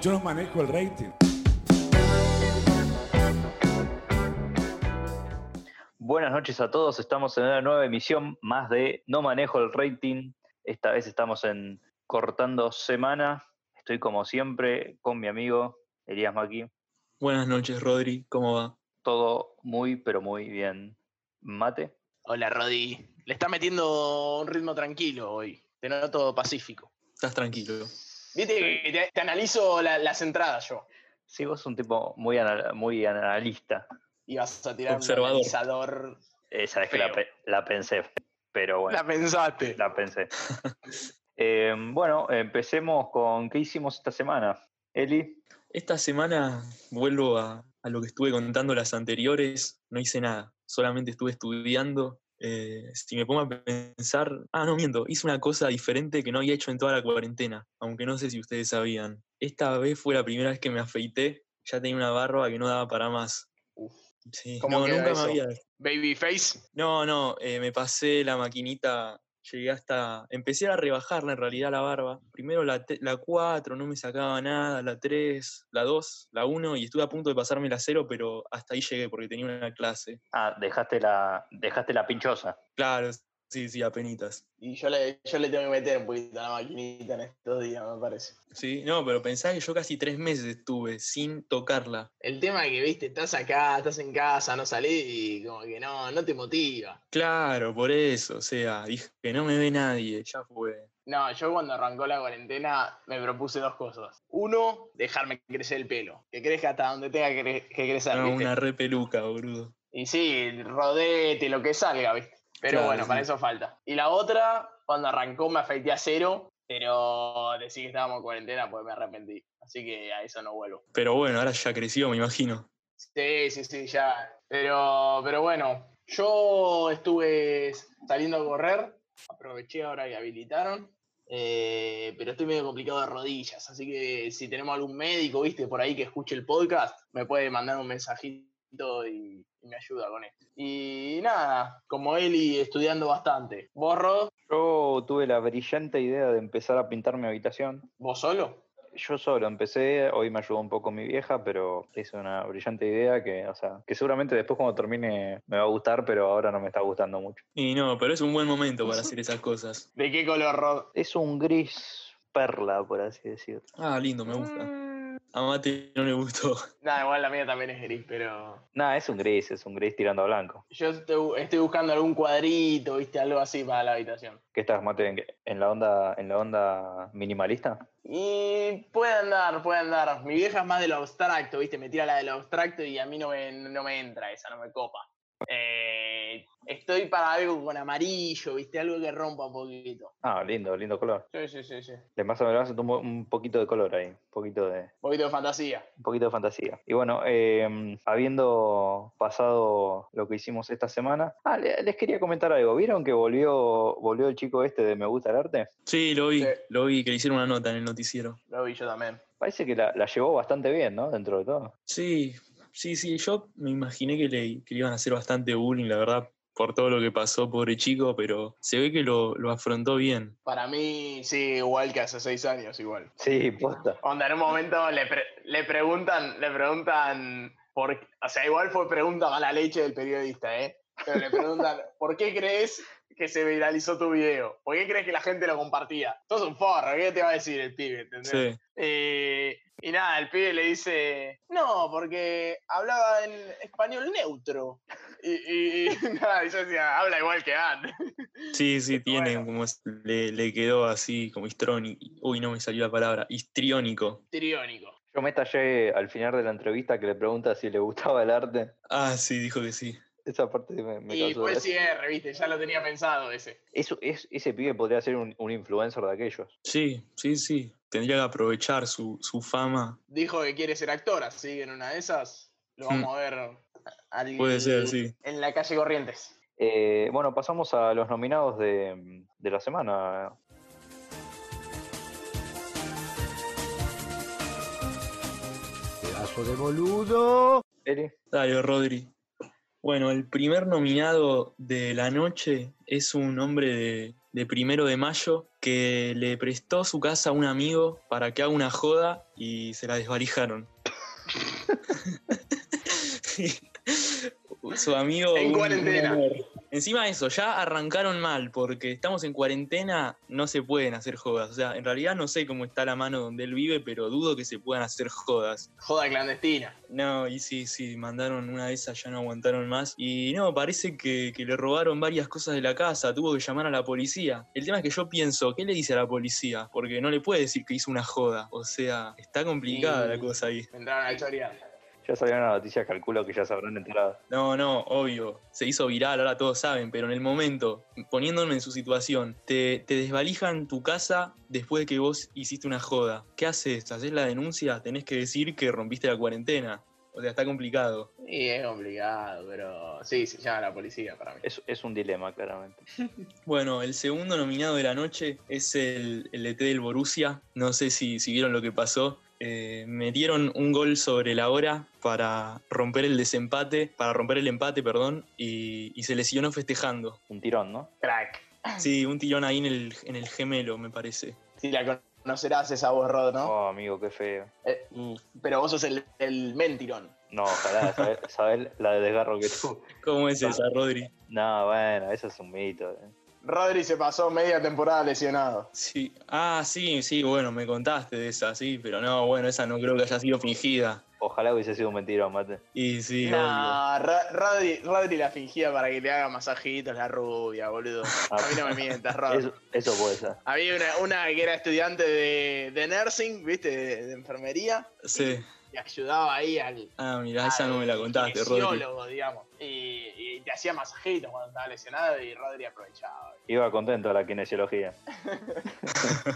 solo manejo el rating. Buenas noches a todos, estamos en una nueva emisión más de No Manejo el Rating. Esta vez estamos en Cortando Semana. Estoy como siempre con mi amigo Elías Maki. Buenas noches, Rodri, ¿cómo va? Todo muy, pero muy bien. Mate. Hola, Rodri. Le está metiendo un ritmo tranquilo hoy. Te noto pacífico. Estás tranquilo. Viste que te, te analizo la- las entradas yo. Sí, vos sos un tipo muy, anal- muy analista. Y vas a tirar Observador. un analizador. Esa es que la, Feo. pe- la pensé, pero bueno, La pensaste. la, pensé. Eh, bueno, empecemos con qué hicimos esta semana. Eli, Esta semana vuelvo a, a lo que estuve contando las anteriores, no hice nada, solamente estuve estudiando. Eh, si me pongo a pensar, ah, no miento, hice una cosa diferente que no había hecho en toda la cuarentena, aunque no sé si ustedes sabían. Esta vez fue la primera vez que me afeité, ya tenía una barba que no daba para más. Uf. Sí, ¿Cómo no, queda nunca eso? me había Babyface. No, no, eh, me pasé la maquinita, llegué hasta... Empecé a rebajarla en realidad la barba. Primero la, te- la 4, no me sacaba nada, la 3, la 2, la 1 y estuve a punto de pasarme la 0, pero hasta ahí llegué porque tenía una clase. ah, dejaste la, dejaste la pinchosa. Claro, sí, sí, apenitas. Y yo le, yo le tengo que meter un poquito a la maquinita en estos días, me parece. Sí, no, pero pensá que yo casi tres meses estuve sin tocarla. El tema es que, viste, estás acá, estás en casa, no salís y como que no, no te motiva. Claro, por eso, o sea, dije que no me ve nadie, ya fue. No, yo cuando arrancó la cuarentena me propuse dos cosas. Uno, dejarme crecer el pelo. Que crezca hasta donde tenga que, cre- que crecer, No, ¿viste? una re peluca, boludo. Y sí, rodete, lo que salga, ¿viste? Pero Claro, bueno, sí. para eso falta. Y la otra, cuando arrancó me afeité a cero, pero decir que estábamos en cuarentena pues me arrepentí. Así que a eso no vuelvo. Pero bueno, ahora ya creció, me imagino. Sí, sí, sí, ya. Pero, pero bueno, yo estuve saliendo a correr, aproveché ahora que habilitaron, eh, pero estoy medio complicado de rodillas, así que si tenemos algún médico, viste, por ahí que escuche el podcast, me puede mandar un mensajito y, y me ayuda con esto. Y nada, como Eli, estudiando bastante. ¿Vos, Rod? Yo tuve la brillante idea de empezar a pintar mi habitación. ¿Vos solo? Yo solo empecé, hoy me ayudó un poco mi vieja, pero es una brillante idea que, o sea, que seguramente después cuando termine me va a gustar, pero ahora no me está gustando mucho. Y no, pero es un buen momento para hacer esas cosas. ¿De qué color, Rod? Es un gris perla, por así decirlo. Ah, lindo, me gusta. A Mate no le gustó. Nada, igual la mía también es gris, pero... Nada, es un gris, es un gris tirando a blanco. Yo estoy, estoy buscando algún cuadrito, viste, algo así para la habitación. ¿Qué estás, Mate? ¿En, qué? en la onda, en la onda minimalista? Y puede andar, puede andar. Mi vieja es más de lo abstracto, ¿viste? Me tira la de lo abstracto y a mí no me, no me entra esa, no me copa. Eh, estoy para algo con amarillo, ¿viste? Algo que rompa un poquito. Ah, lindo, lindo color. Sí, sí, sí, sí. Un Le vas a le vas a tomar un poquito de color ahí, un poquito de, poquito de fantasía. un poquito de fantasía. Y bueno, eh, habiendo pasado lo que hicimos esta semana, ah, le- les quería comentar algo. ¿Vieron que volvió, volvió el chico este de Me Gusta el Arte? Sí, lo vi, Sí. lo vi, que le hicieron una nota en el noticiero. Lo vi yo también. Parece que la, la llevó bastante bien, ¿no? Dentro de todo. Sí, sí, sí, yo me imaginé que le, que le iban a hacer bastante bullying, la verdad, por todo lo que pasó, pobre chico, pero se ve que lo, lo afrontó bien. Para mí, sí, igual que hace seis años, igual. Sí, posta. Onda, en un momento le, pre- le preguntan, le preguntan, por, o sea, igual fue pregunta mala leche del periodista, ¿eh? Pero le preguntan, ¿por qué crees que se viralizó tu video? ¿Por qué crees que la gente lo compartía? Sos un forro, ¿qué te va a decir el pibe? ¿entendés? Sí, Eh, y nada, el pibe le dice, no, porque hablaba en español neutro. Y, y- y nada, y yo decía, habla igual que antes. sí, sí, tiene Bueno. como es- le, le quedó así como histriónico. Uy, no me salió la palabra, histriónico. Triónico. Yo me tallé al final de la entrevista que le pregunta si le gustaba el arte. Ah, sí, dijo que sí. Esa parte me, me Y pues causó fue el gracia. cierre, viste, ya lo tenía pensado ese. Eso- es- ese pibe podría ser un, un influencer de aquellos. Sí, sí, sí. Tendría que aprovechar su, su fama dijo que quiere ser actor, así que en una de esas lo vamos a ver al- Hmm. Puede ser, sí. en la calle Corrientes. Eh, bueno, pasamos a los nominados de, de la semana. Pedazo de boludo. Eli, Dale, Rodri. Bueno, el primer nominado de la noche es un hombre de, de primero de mayo que le prestó su casa a un amigo para que haga una joda y se la desvalijaron. su amigo. En un- cuarentena. un amor. Encima de eso, ya arrancaron mal, porque estamos en cuarentena, no se pueden hacer jodas. O sea, en realidad no sé cómo está la mano donde él vive, pero dudo que se puedan hacer jodas. Joda clandestina. No, y sí, sí, mandaron una de esas, ya no aguantaron más. Y no, parece que, que le robaron varias cosas de la casa, tuvo que llamar a la policía. El tema es que yo pienso, ¿qué le dice a la policía? Porque no le puede decir que hizo una joda. O sea, está complicada la Mm. cosa ahí. Entraron a chorear. Ya salieron las noticias, calculo que ya se habrán enterado. No, no, obvio. Se hizo viral, ahora todos saben, pero en el momento, poniéndome en su situación, te, te desvalijan tu casa después de que vos hiciste una joda. ¿Qué haces? ¿Haces la denuncia? Tenés que decir que rompiste la cuarentena. O sea, está complicado. Y es complicado, pero sí, se llama la policía para mí. Es, es un dilema, claramente. Bueno, el segundo nominado de la noche es el, el ET del Borussia. No sé si, si vieron lo que pasó. Eh, metieron un gol sobre la hora para romper el desempate, para romper el empate, perdón, y, y se lesionó festejando. Un tirón, ¿no? Crack. Sí, un tirón ahí en el, en el gemelo, me parece. Sí, la conocerás esa voz, Rod, ¿no? Oh, amigo, qué feo. Eh, pero vos sos el, el mentirón. No, ojalá, ¿sabes, la de desgarro que tuvo? ¿Cómo es esa, Rodri? No, bueno, eso es un mito. eh. Rodri se pasó media temporada lesionado. Sí. Ah, sí, sí, bueno, me contaste de esa, sí, pero no, bueno, esa no creo que haya sido fingida. Ojalá hubiese sido un mentirón, mate. Y sí, obvio. Nah, Ra- Rodri, Rodri la fingía para que le haga masajitos la rubia, boludo. A mí no me mientas, Rodri. Eso, eso puede ser. Había una, una que era estudiante de, de nursing, ¿viste? De, de enfermería, Sí. y ayudaba ahí al. Ah, mira, esa no me la al contaste, Rodri. kinesiólogo, digamos. Y, y te hacía masajitos cuando estaba lesionado y Rodri aprovechaba. Iba contento a la kinesiología. y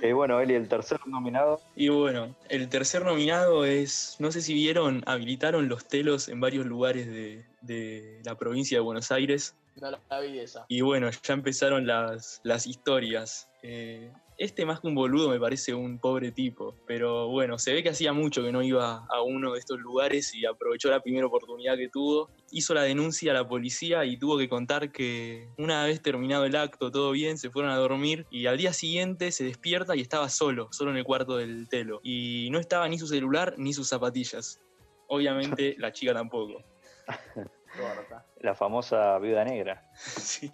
Eh, bueno, Eli, el tercer nominado. Y bueno, el tercer nominado es, no sé si vieron, habilitaron los telos en varios lugares de, de la provincia de Buenos Aires. No la- la vi esa. Y bueno, ya empezaron las, las historias. Eh, este más que un boludo me parece un pobre tipo, pero bueno, se ve que hacía mucho que no iba a uno de estos lugares y aprovechó la primera oportunidad que tuvo. Hizo la denuncia a la policía y tuvo que contar que una vez terminado el acto, todo bien, se fueron a dormir y al día siguiente se despierta y estaba solo, solo en el cuarto del telo. Y no estaba ni su celular ni sus zapatillas. Obviamente la chica tampoco. Corta. La famosa viuda negra. Sí.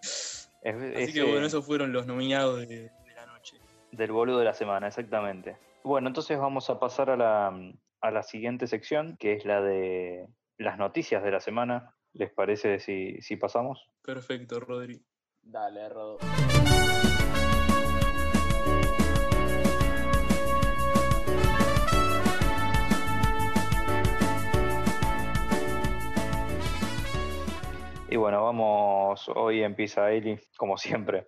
Es, Así que ese bueno, esos fueron los nominados de- de la noche. Del boludo de la semana, exactamente. Bueno, entonces vamos a pasar a la, a la siguiente sección, que es la de las noticias de la semana. ¿Les parece si, si pasamos? Perfecto, Rodri. Dale, Rodo. Y bueno, vamos, hoy empieza Eli, como siempre.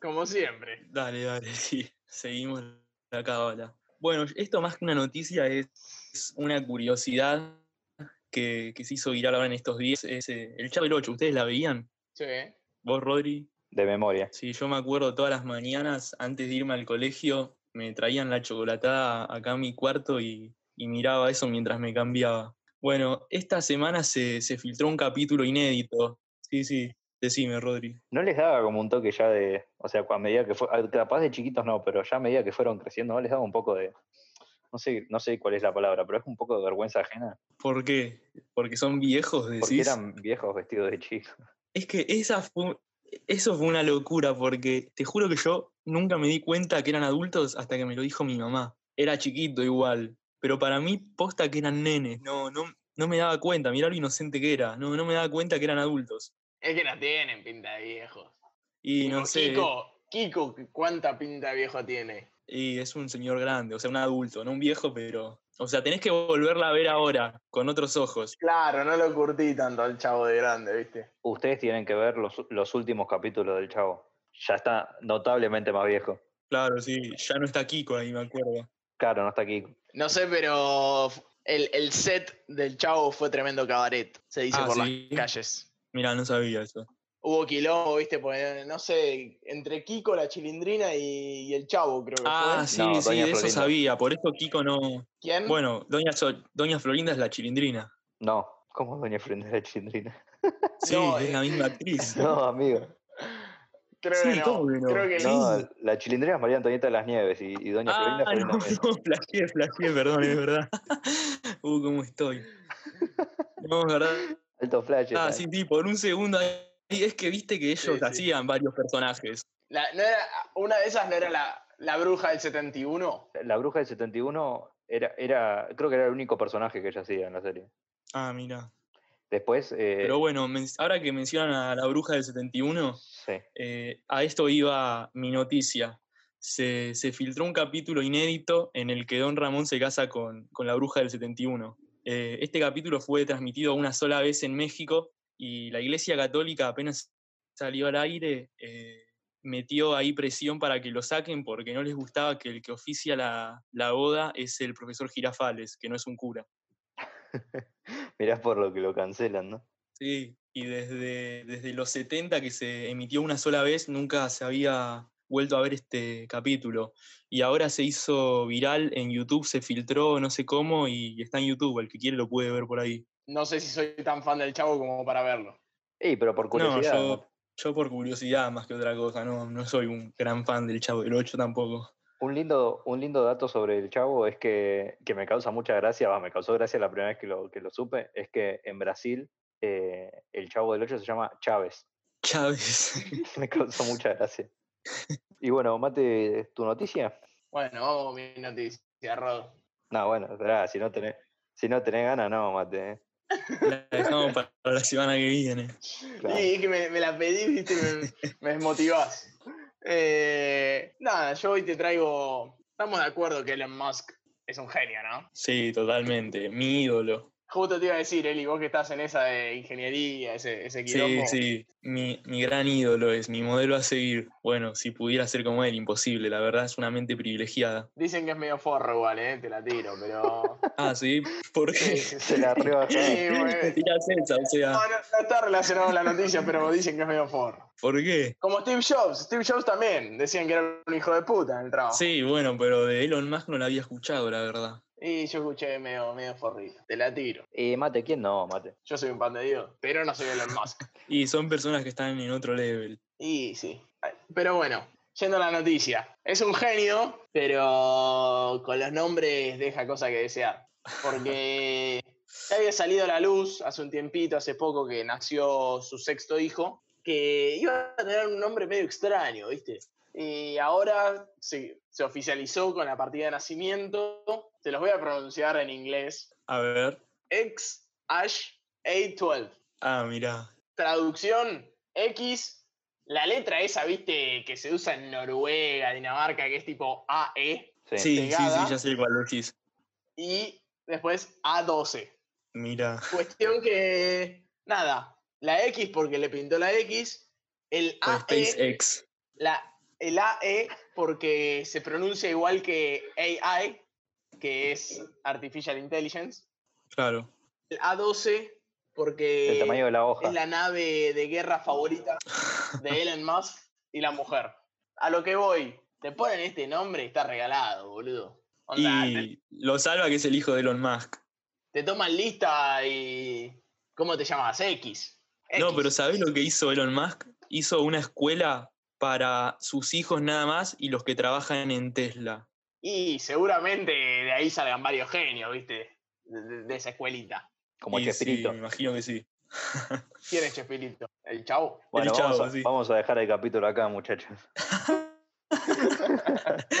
Como siempre. Dale, dale, sí. Seguimos la cábala. Bueno, esto más que una noticia es es una curiosidad que, que se hizo viral ahora en estos días. Es, eh, el Chavo del 8, ¿ustedes la veían? Sí. ¿Vos, Rodri? De memoria. Sí, yo me acuerdo todas las mañanas antes de irme al colegio, me traían la chocolatada acá a mi cuarto y, y miraba eso mientras me cambiaba. Bueno, esta semana se, se filtró un capítulo inédito. Sí, sí, decime, Rodri. ¿No les daba como un toque ya de, o sea, a medida que fue, ah, capaz de chiquitos no, pero ya a medida que fueron creciendo, ¿no les daba un poco de, no sé, no sé cuál es la palabra, pero es un poco de vergüenza ajena? ¿Por qué? Porque son viejos, decís. Porque eran viejos vestidos de chicos. Es que esa fue, eso fue una locura, porque te juro que yo nunca me di cuenta que eran adultos hasta que me lo dijo mi mamá. Era chiquito igual, pero para mí posta que eran nenes. No, no, no me daba cuenta, mirá lo inocente que era. No, no me daba cuenta que eran adultos. Es que no tienen pinta de viejos. Y Tipo, no sé, Kiko, Kiko, cuánta pinta de viejo tiene. y es un señor grande, o sea, un adulto, no un viejo, pero... O sea, tenés que volverla a ver ahora, con otros ojos. Claro, no lo curtí tanto al chavo de grande, ¿viste? Ustedes tienen que ver los, los últimos capítulos del Chavo. Ya está notablemente más viejo. Claro, sí, ya no está Kiko ahí, me acuerdo. Claro, no está aquí. No sé, pero el, el set del chavo fue tremendo cabaret, se dice Ah, por ¿sí? las calles. Mirá, no sabía eso. Hubo quilombo, ¿viste? Porque, no sé, entre Kiko, la chilindrina y, y el chavo, creo que Ah, fue. sí, No, sí, Doña de eso Florinda. sabía. Por eso Kiko no. ¿Quién? Bueno, Doña, Sol- Doña Florinda es la chilindrina. No, ¿cómo es Doña Florinda de la Chilindrina? Sí, No, es eh. la misma actriz. No, amigo. Creo Sí, que no. ¿cómo que no? Creo que no. No, Sí. la chilindrina es María Antonieta de las Nieves y, y Doña Ah, Florinda no, Florinda no, Mesa. flasheé, flasheé, perdón, es verdad. Uh, cómo estoy. No, es verdad. Alto flash. Ah, esa. sí, sí, por un segundo. ahí- Es que viste que ellos Sí, sí. hacían varios personajes. La- no era, una de esas no era la, la bruja del 71. La bruja del 71 era, era, creo que era el único personaje que ella hacía en la serie. Ah, mira. Después, eh, Pero bueno, men- ahora que mencionan a la bruja del 71, sí, eh, a esto iba mi noticia. Se, se filtró un capítulo inédito en el que Don Ramón se casa con, con la bruja del 71. Eh, este capítulo fue transmitido una sola vez en México y la Iglesia Católica apenas salió al aire, eh, metió ahí presión para que lo saquen porque no les gustaba que el que oficia la, la boda es el profesor Girafales, que no es un cura. mirá por lo que lo cancelan, ¿no? Sí, y desde, desde los 70 que se emitió una sola vez, nunca se había vuelto a ver este capítulo. Y ahora se hizo viral en YouTube, se filtró, no sé cómo, y está en YouTube, el que quiere lo puede ver por ahí. No sé si soy tan fan del chavo como para verlo. Ey, pero por curiosidad. no, ¿no? yo, yo por curiosidad más que otra cosa, no, no soy un gran fan del Chavo del 8 tampoco. Un, lindo, un lindo dato sobre el chavo es que, que me causa mucha gracia, va, me causó gracia la primera vez que lo, que lo supe, es que en Brasil eh, el chavo del 8 se llama Chávez. Chávez. Me causó mucha gracia. Y bueno, Mate, ¿tu noticia? Bueno, vamos con mi noticia, Rod. No, bueno, esperá, si no tenés, si no tenés ganas, no, Mate. ¿eh? La dejamos para la semana que viene. Claro. Sí, es que me, me la pedí, viste, me, me desmotivás. Eh, nada, yo hoy te traigo. Estamos de acuerdo que Elon Musk es un genio, ¿no? Sí, totalmente. Mi ídolo. Justo te iba a decir, Eli, vos que estás en esa de ingeniería, ese, ese Sí, quilombo. sí, mi, mi gran ídolo es, mi modelo a seguir. Bueno, si pudiera ser como él, imposible, la verdad es una mente privilegiada. Dicen que es medio forro igual, ¿eh? Te la tiro, pero. Ah, sí, ¿por Sí, qué? sí, sí. Se la rebajaron. Sí, porque- Tirás esa, o No, sea, no, no está relacionado con la noticia, pero dicen que es medio forro. ¿por qué? Como Steve Jobs, Steve Jobs también. Decían que era un hijo de puta en el trabajo. Sí, bueno, pero de Elon Musk no la había escuchado, la verdad. Y yo escuché medio, medio forrido. Te la tiro. Eh, mate, ¿quién no, mate? Yo soy un pan de Dios, pero no soy Elon Musk. Y son personas que están en otro level. Y sí. Pero bueno, yendo a la noticia. Es un genio, pero con los nombres deja cosa que desear. Porque ya había salido a la luz hace un tiempito, hace poco que nació su sexto hijo, que iba a tener un nombre medio extraño, ¿viste? Y ahora se, se oficializó con la partida de nacimiento. Se los voy a pronunciar en inglés. A ver, X Ash A12. ah, mirá, Traducción X, la letra esa, viste, que se usa en Noruega, Dinamarca, que es tipo AE, Sí. sí, sí, sí, pegada. ya sé cuál decís. y después A12. Mirá, Cuestión que, nada, la X porque le pintó la X, el Pues por AE, SpaceX. la, el AE porque se pronuncia igual que AI, que es Artificial Intelligence, Claro, el A12 porque... El tamaño de la hoja. es la nave de guerra favorita de Elon Musk y la mujer. A lo que voy, te ponen este nombre y está regalado, boludo. Onda, eh. te, y lo salva que es el hijo de Elon Musk. te toman lista y. ¿Cómo te llamas? X. No, X. pero ¿sabés lo que hizo Elon Musk? Hizo una escuela para sus hijos nada más y los que trabajan en Tesla. Y seguramente de ahí salgan varios genios, ¿viste? De, de- de esa escuelita. Como Y Chespirito. sí, me imagino que sí. ¿Quién es Chespirito? El chavo. Bueno, El vamos, Chavo, a, sí. vamos a dejar el capítulo acá, muchachos.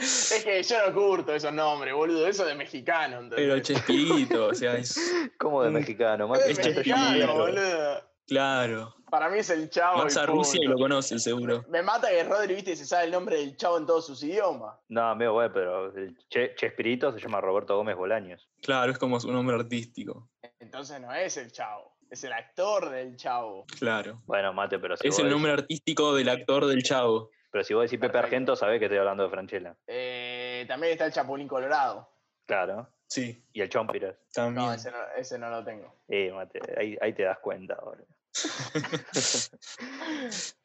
Es que yo no curto esos nombres, boludo. Eso de mexicano. ¿entendés? Pero Chespirito, o sea, es ¿Cómo de Mm. mexicano, Es mate? Es ¿Quién te Chespirito. llama mexicano, Beto? boludo. claro. Para mí es el chavo. Vas y a Rusia y punto. lo conoces seguro. Me mata que Rodri, viste, se sabe el nombre del chavo en todos sus idiomas. No, amigo, bueno, pero el Che- Chespirito se llama Roberto Gómez Bolaños. Claro, es como su nombre artístico. Entonces no es el chavo, es el actor del chavo. Claro. Bueno, mate, pero si, Es vos, el decís- nombre artístico del actor del Chavo. pero si vos decís Pepe Perfecto. Argento, sabés que estoy hablando de Franchella. Eh, también está el Chapulín Colorado. Claro. Sí, Y el Chompiras. No, también. ese no, ese no lo tengo. Eh, mate, ahí, ahí te das cuenta, boludo.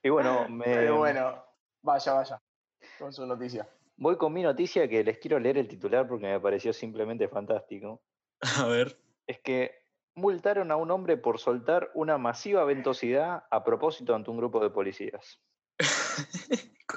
Y bueno, me, Pero bueno, vaya, vaya. Con su noticia. voy con mi noticia que les quiero leer el titular porque me pareció simplemente fantástico. A ver. es que multaron a un hombre por soltar una masiva ventosidad a propósito ante un grupo de policías.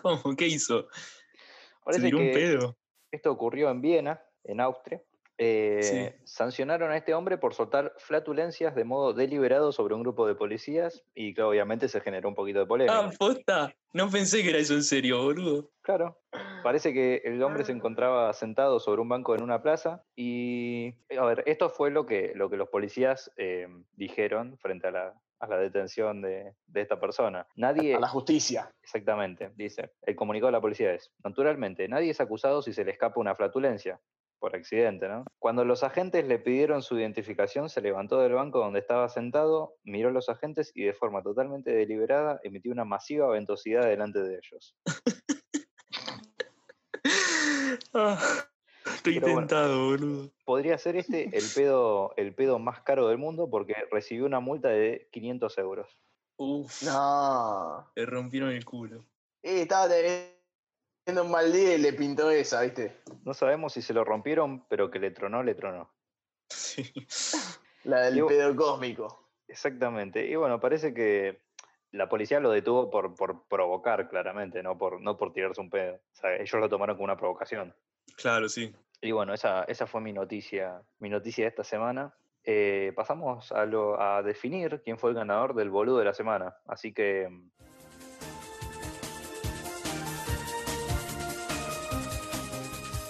¿Cómo? ¿Qué hizo? ¿Se Parece tiró un que- pedo? Esto ocurrió en Viena, en Austria. Eh, Sancionaron a este hombre por soltar flatulencias de modo deliberado sobre un grupo de policías y claro, obviamente se generó un poquito de polémica. Ah, posta. No pensé que era eso en serio, boludo. Claro. Parece que el hombre Ah. se encontraba sentado sobre un banco en una plaza y, a ver, esto fue lo que, lo que los policías eh, dijeron frente a la, a la detención de, de esta persona. Nadie, A la justicia. Exactamente, dice. El comunicado de la policía es, naturalmente, nadie es acusado si se le escapa una flatulencia, por accidente, ¿no? Cuando los agentes le pidieron su identificación, se levantó del banco donde estaba sentado, miró a los agentes y de forma totalmente deliberada emitió una masiva ventosidad delante de ellos. Ah, estoy Pero bueno. tentado, boludo. Podría ser este el pedo, el pedo más caro del mundo porque recibió una multa de 500 euros. Uf, No. le rompieron el culo. Eh, estaba teniendo un mal día y le pintó esa, ¿viste? No sabemos si se lo rompieron, pero que le tronó, le tronó. Sí. La del Digo- pedo cósmico. Exactamente. Y bueno, parece que la policía lo detuvo por, por provocar, claramente, no por, no por tirarse un pedo. O sea, ellos lo tomaron como una provocación. Claro, sí. Y bueno, esa, esa fue mi noticia, mi noticia de esta semana. Eh, pasamos a, lo, a definir quién fue el ganador del boludo de la semana. Así que. mm,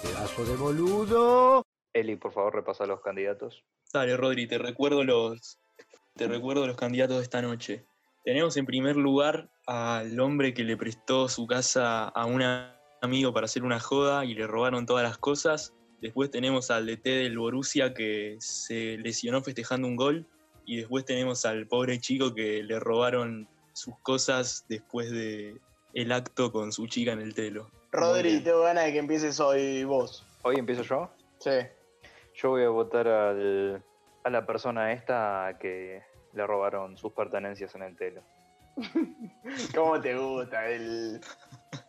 Pedazo de boludo. Eli, por favor, repasa los candidatos. Dale, Rodri, te recuerdo los. Te recuerdo los candidatos de esta noche. Tenemos en primer lugar al hombre que le prestó su casa a un amigo para hacer una joda y le robaron todas las cosas. Después tenemos al DT del Borussia que se lesionó festejando un gol. Y después tenemos al pobre chico que le robaron sus cosas después de el acto con su chica en el telo. Rodri, bien. tengo ganas de que empieces hoy vos. Hoy empiezo yo. Sí. Yo voy a votar al, a la persona esta que le robaron sus pertenencias en el telo. ¿Cómo te gusta el,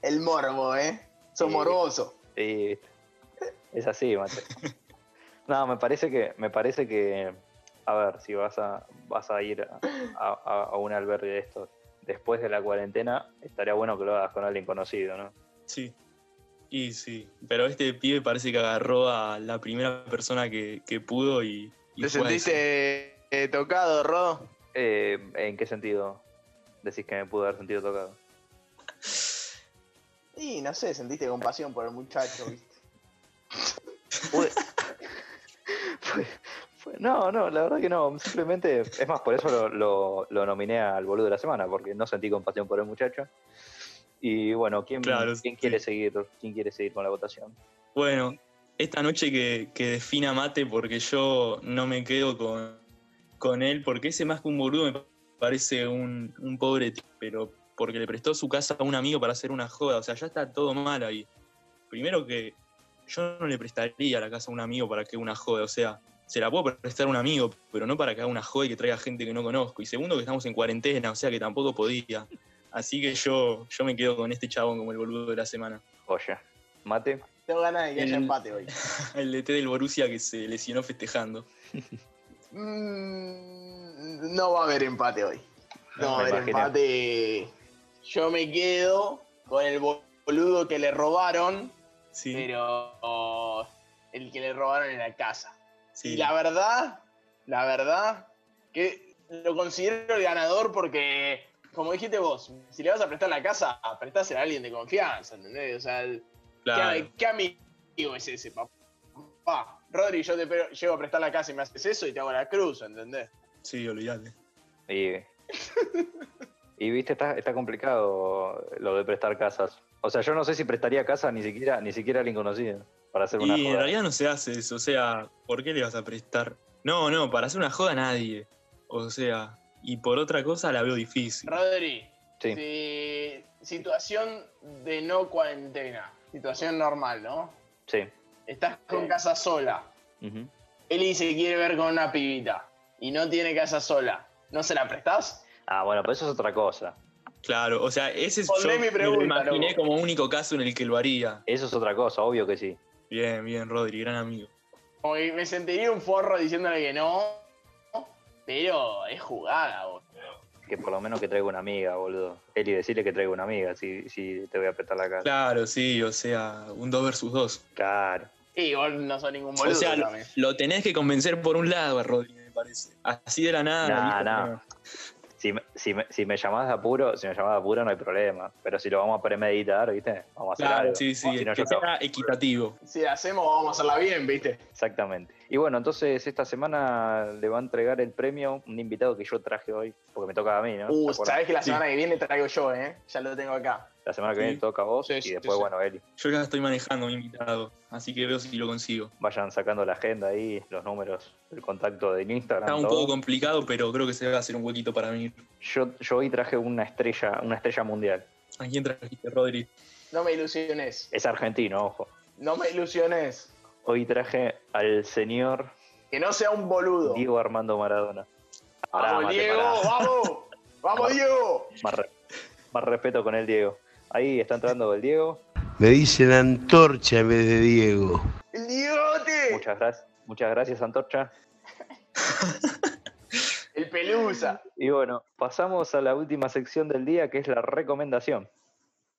el morbo, eh? Sos Sí. morboso. Sí, es así, Mate. No, me parece que, me parece que, a ver, si vas a, vas a ir a, a- a un albergue de estos después de la cuarentena, estaría bueno que lo hagas con alguien conocido, ¿no? Sí. Y sí. Pero este pibe parece que agarró a la primera persona que, que pudo y. y fue a ¿Te esa. sentiste eh, tocado, Rodo? Eh, ¿En qué sentido decís que me pudo haber sentido tocado? Y no sé, sentiste compasión por el muchacho, ¿viste? Pude- Fue- fue- Pues, no, no, la verdad que no. Simplemente, es más, por eso lo, lo- lo nominé al boludo de la semana, porque no sentí compasión por el muchacho. Y bueno, ¿quién, Claro, ¿quién sí. quiere seguir? ¿Quién quiere seguir con la votación? Bueno, esta noche que, que defina Mate, porque yo no me quedo con, con él, porque ese más que un boludo me parece un, un pobre tipo, pero porque le prestó su casa a un amigo para hacer una joda. O sea, ya está todo mal ahí. Primero que yo no le prestaría la casa a un amigo para que haga una joda. O sea, se la puedo prestar a un amigo, pero no para que haga una joda y que traiga gente que no conozco. Y segundo, que estamos en cuarentena, o sea que tampoco podía. Así que yo, yo me quedo con este chabón como el boludo de la semana. Oye, mate. Tengo ganas de que haya El- empate hoy. El DT del Borussia que se lesionó festejando. Mm, no va a haber empate hoy. No va Me a haber imagino. empate. Yo me quedo con el boludo que le robaron, Sí, pero el que le robaron en la casa. sí. Y la verdad, la verdad, que lo considero el ganador porque, como dijiste vos, si le vas a prestar la casa, prestásela a alguien de confianza, ¿entendés? O sea, el- claro. ¿Qué, qué amigo es ese, papá? Pa, Rodri, yo te pero- llego a prestar la casa y me haces eso y te hago la cruz, ¿entendés? Sí, olvídate. Y, y viste, está, está complicado lo de prestar casas. O sea, yo no sé si prestaría casa ni siquiera, ni siquiera a alguien conocido para hacer una Y en joda. realidad no se hace eso. O sea, ¿por qué le vas a prestar? No, no, para hacer una joda a nadie. O sea, y por otra cosa la veo difícil. Rodri, Sí. si- situación de no cuarentena, situación normal, ¿no? Sí. Estás con casa sola, ujú. Eli se quiere ver con una pibita y no tiene casa sola, ¿no se la prestás? Ah, bueno, pero eso es otra cosa. Claro, o sea, ese es Respondé yo mi me lo pregunta, imaginé loco. como único caso en el que lo haría. Eso es otra cosa, obvio que sí. Bien, bien, Rodri, gran amigo. Como que me sentiría un forro diciéndole que no, pero es jugada, vos. que por lo menos que traiga una amiga, boludo. Eli, decirle que traiga una amiga, si, si te voy a apretar la cara. Claro, sí, o sea, un 2 versus 2. Claro. Y vos no sos ningún O boludo. sea, lo, también. lo tenés que convencer por un lado a Rodri, me parece. Así de la nada. Nah, dijo, nah. no. Si, me- si, me, si me llamás de apuro, si me llamás de apuro no hay problema. Pero si lo vamos a premeditar, ¿viste? Vamos a hacer Claro, algo. sí, sí, Si no, que yo acabo. sea equitativo. Si la hacemos, vamos a hacerla bien, ¿viste? Exactamente. Y bueno, entonces esta semana le va a entregar el premio un invitado que yo traje hoy, porque me toca a mí, ¿no? Uh, ¿Se acuerdan? sabés que la Sí. semana que viene traigo yo, ¿eh? Ya lo tengo acá. La semana que viene Sí. toca a vos Sí, y sí, después, sí. bueno, Eli, Yo ya estoy manejando mi invitado, así que veo si lo consigo. vayan sacando la agenda ahí, los números, el contacto de Instagram. Está un todo. poco complicado, pero creo que se va a hacer un huequito para mí. yo, yo hoy traje una estrella, una estrella mundial. ¿A quién trajiste, Rodri? No me ilusiones. Es argentino, ojo. No me ilusiones. Hoy traje al señor Que no sea un boludo. Diego Armando Maradona. Pará, ¡Vamos, mate, Diego! pará. ¡Vamos! ¡Vamos, Diego! Más, re- más respeto con el Diego. Ahí está entrando el Diego. Me dicen antorcha en vez de Diego. ¡El Diegote! Muchas gracias. Muchas gracias, Antorcha. El Pelusa. Y bueno, pasamos a la última sección del día, que es la recomendación.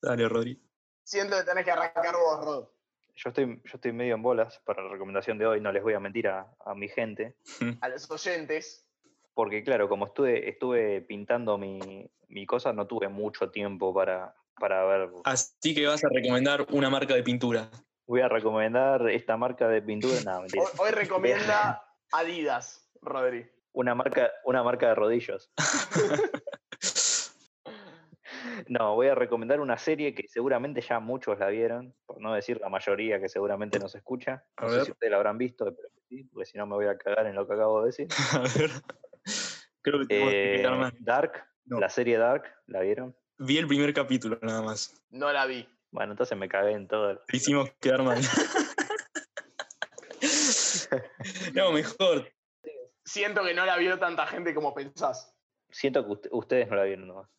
Dale, Rodri. Siento que tenés que arrancar vos, Rod. Yo estoy, yo estoy medio en bolas para la recomendación de hoy, no les voy a mentir a, a mi gente. A los oyentes. Porque claro, como estuve, estuve pintando mi, mi cosa, no tuve mucho tiempo para, para ver. Así que vas a recomendar una marca de pintura. Voy a recomendar esta marca de pintura. No, mentira. Hoy, hoy recomienda Adidas, Rodri. Una marca, una marca de rodillos. No, voy a recomendar una serie que seguramente ya muchos la vieron, por no decir la mayoría que seguramente nos escucha. A No sé ver. si ustedes la habrán visto, pero sí, porque si no me voy a cagar en lo que acabo de decir. A ver. Creo que te voy a Eh, explicar más. Dark, No. la serie Dark, ¿la vieron? Vi el primer capítulo nada más. No la vi. Bueno, entonces me cagué en todo. el- Te hicimos quedar mal. no, mejor. Siento que no la vio tanta gente como pensás. Siento que ust- ustedes no la vieron nomás.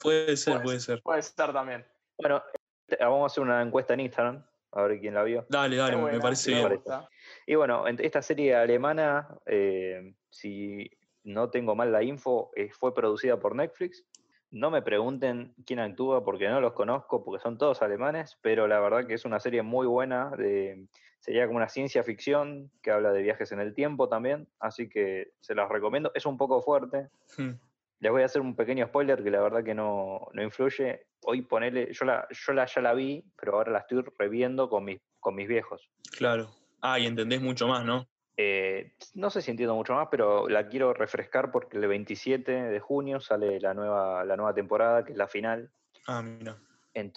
Puede ser, Pues. puede ser. Puede ser también. Bueno, te- vamos a hacer una encuesta en Instagram, a ver quién la vio. Dale, dale, Es me buena, parece me bien. gusta. Y bueno, ent- esta serie alemana, eh, si no tengo mal la info, eh, fue producida por Netflix. No me pregunten quién actúa porque no los conozco, porque son todos alemanes, pero la verdad que es una serie muy buena. de- sería como una ciencia ficción que habla de viajes en el tiempo también, así que se las recomiendo. Es un poco fuerte, Hmm. les voy a hacer un pequeño spoiler que la verdad que no, no influye. Hoy ponele, yo la, yo la ya la vi, pero ahora la estoy reviendo con mis, con mis viejos. Claro. Ah, y entendés mucho más, ¿no? Eh, no sé si entiendo mucho más, pero la quiero refrescar porque el 27 de junio sale la nueva, la nueva temporada, que es la final. Ah, mira.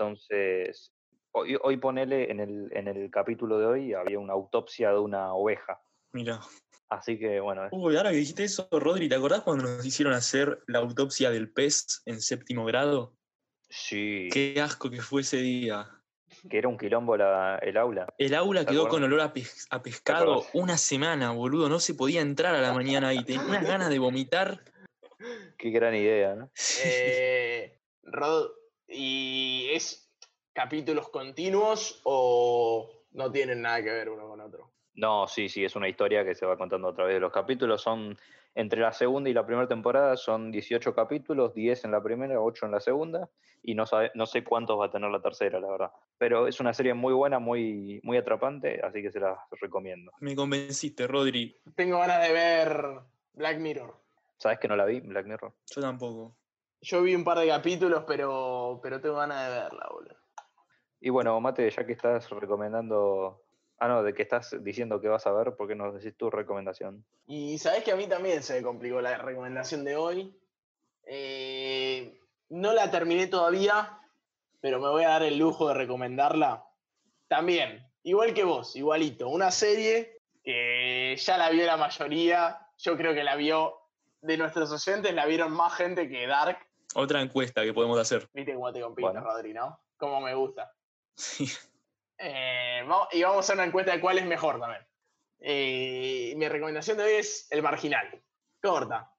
Entonces, hoy, hoy ponele, en el, en el capítulo de hoy había una autopsia de una oveja. Mira. Así que bueno, Uy, ahora que dijiste eso, Rodri, ¿te acordás cuando nos hicieron hacer la autopsia del pez en séptimo grado? sí, que Qué asco que fue ese día. era un quilombo la- el aula. El aula ¿Te quedó acordás? con olor a, pes- a pescado acordás? una semana, boludo. No se podía entrar a la mañana ahí. Tenía unas ganas de vomitar. Qué gran idea, ¿no? Eh, Rod, ¿y es capítulos continuos o no tienen nada que ver uno con otro? No, sí, sí, es una historia que se va contando a través de los capítulos. Son entre la segunda y la primera temporada, son 18 capítulos, 10 en la primera, 8 en la segunda, y no, sabe- no sé cuántos va a tener la tercera, la verdad. Pero es una serie muy buena, muy, muy atrapante, así que se las recomiendo. Me convenciste, Rodri. Tengo ganas de ver Black Mirror. ¿Sabes que no la vi, Black Mirror? Yo tampoco. Yo vi un par de capítulos, pero, pero tengo ganas de verla, boludo. Y bueno, Mate, ya que estás recomendando... Ah, no, de que estás diciendo que vas a ver, ¿por qué nos decís tu recomendación? Y sabés que a mí también se me complicó la recomendación de hoy. Eh, no la terminé todavía, pero me voy a dar el lujo de recomendarla. También, igual que vos, igualito. Una serie que ya la vio la mayoría. Yo creo que la vio de nuestros oyentes, la vieron más gente que Dark. Otra encuesta que podemos hacer. Viste cómo te compito, Bueno. Rodri, ¿no? Como me gusta. Sí. Eh, vamos- y vamos a hacer una encuesta de cuál es mejor también. Eh, mi recomendación de hoy es El Marginal. Corta.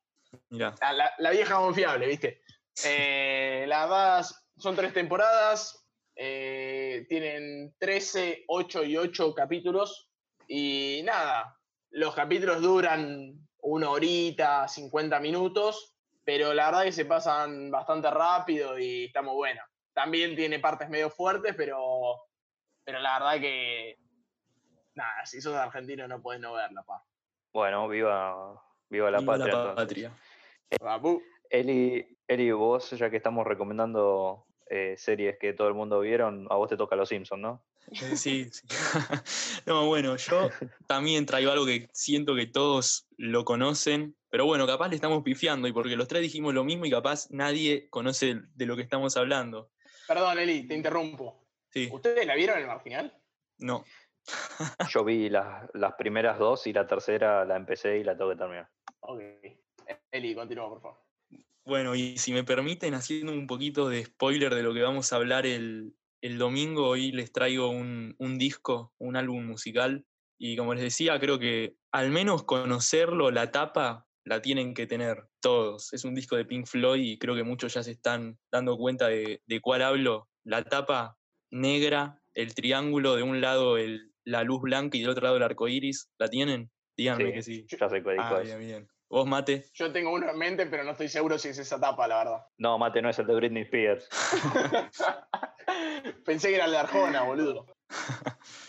Mira. Ah, La, la- la vieja confiable, ¿viste? Eh, la verdad, son tres temporadas. eh, tienen 13, 8 y 8 capítulos. Y nada, los capítulos duran una horita, 50 minutos. Pero la verdad que se pasan bastante rápido y está muy buena. También tiene partes medio fuertes, pero, pero la verdad que. Nada, si sos argentino no podés no verla, pa. Bueno, viva, viva la Viva patria. La entonces. patria. Papu. Eli, Eli, vos, ya que estamos recomendando eh, series que todo el mundo vieron, a vos te toca Los Simpsons, ¿no? Eh, Sí, sí. No, bueno, yo también traigo algo que siento que todos lo conocen, pero bueno, capaz le estamos pifiando y porque los tres dijimos lo mismo y capaz nadie conoce de lo que estamos hablando. Perdón, Eli, te interrumpo. Sí, ¿Ustedes la vieron el marginal? no. Yo vi las, las primeras dos y la tercera la empecé y la tengo que terminar. Ok. Eli, continúa, por favor. Bueno, y si me permiten, haciendo un poquito de spoiler de lo que vamos a hablar el, el domingo, hoy les traigo un, un disco, un álbum musical, y como les decía, creo que al menos conocerlo, la tapa, la tienen que tener todos. Es un disco de Pink Floyd y creo que muchos ya se están dando cuenta de, de cuál hablo. La tapa negra, el triángulo, de un lado el- la luz blanca y del otro lado el arco iris, ¿la tienen? Díganme Sí. que sí. Ya sé cuál disco Ah, es. bien, bien. ¿Vos, Mate? Yo tengo uno en mente, pero no estoy seguro si es esa tapa, la verdad. No, mate, no es el de Britney Spears. Pensé que era el de Arjona, boludo.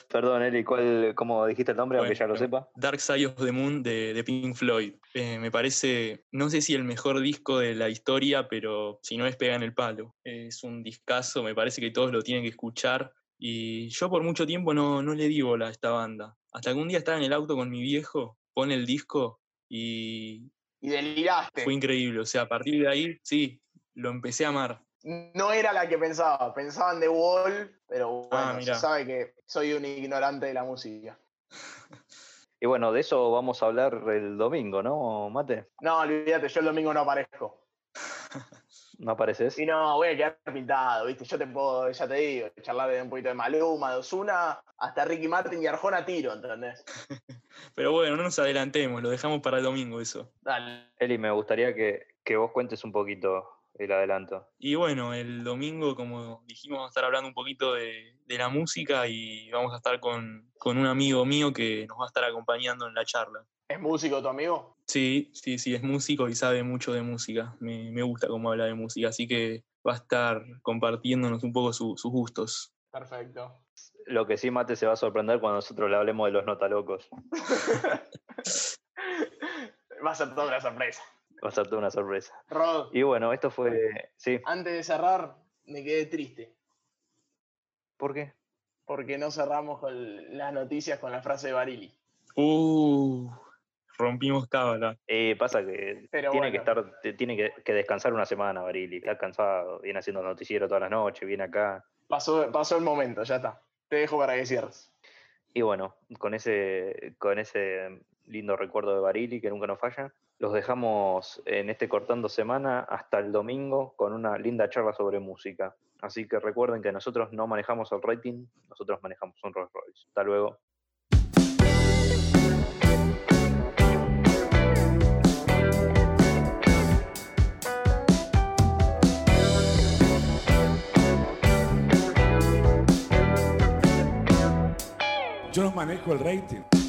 Perdón, Eli, ¿cuál, ¿cómo dijiste el nombre? Aunque ya lo Bueno. sepa. Dark Side of the Moon de, de Pink Floyd. Eh, me parece, no sé si el mejor disco de la historia, pero si no es pega en el palo. Es un discazo, me parece que todos lo tienen que escuchar. Y yo por mucho tiempo no, no le di bola a esta banda. Hasta que un día estaba en el auto con mi viejo, pone el disco y Y deliraste. fue increíble. O sea, a partir de ahí, sí, lo empecé a amar. No era la que pensaba. Pensaban de Wall, pero bueno, Ah, se mirá. sabe que soy un ignorante de la música. Y bueno, de eso vamos a hablar el domingo, ¿no, mate? No, olvídate, yo el domingo no aparezco. ¿No apareces? Y no, voy a quedar pintado, ¿viste? Yo te puedo, ya te digo, charlar de un poquito de Maluma, de Osuna, hasta Ricky Martin y Arjona tiro, ¿entendés? Pero bueno, no nos adelantemos, lo dejamos para el domingo eso. Dale. Eli, me gustaría que, que vos cuentes un poquito el adelanto. Y bueno, el domingo, como dijimos, vamos a estar hablando un poquito de, de la música y vamos a estar con, con un amigo mío que nos va a estar acompañando en la charla. ¿Es músico tu amigo? Sí, sí, sí, es músico y sabe mucho de música. Me, me gusta cómo habla de música, así que va a estar compartiéndonos un poco su- sus gustos. Perfecto. Lo que sí, mate, se va a sorprender cuando nosotros le hablemos de los notalocos. Va a ser toda una sorpresa. Va a ser toda una sorpresa. Rod, Y bueno, esto fue. Sí, antes de cerrar, me quedé triste. ¿por qué? Porque no cerramos con las noticias con la frase de Barili. ¡Uh! Rompimos cábala. Eh, pasa que Pero tiene que bueno. estar, te- tiene que, que descansar una semana, Barili. Está cansado, viene haciendo noticiero todas las noches, viene acá. Pasó, pasó el momento, ya está. Te dejo para que cierres. Y bueno, con ese, con ese lindo recuerdo de Barili que nunca nos falla, los dejamos en este cortando semana hasta el domingo con una linda charla sobre música. Así que recuerden que nosotros no manejamos el rating, nosotros manejamos un Rolls Royce. Hasta luego. Yo no manejo el rating.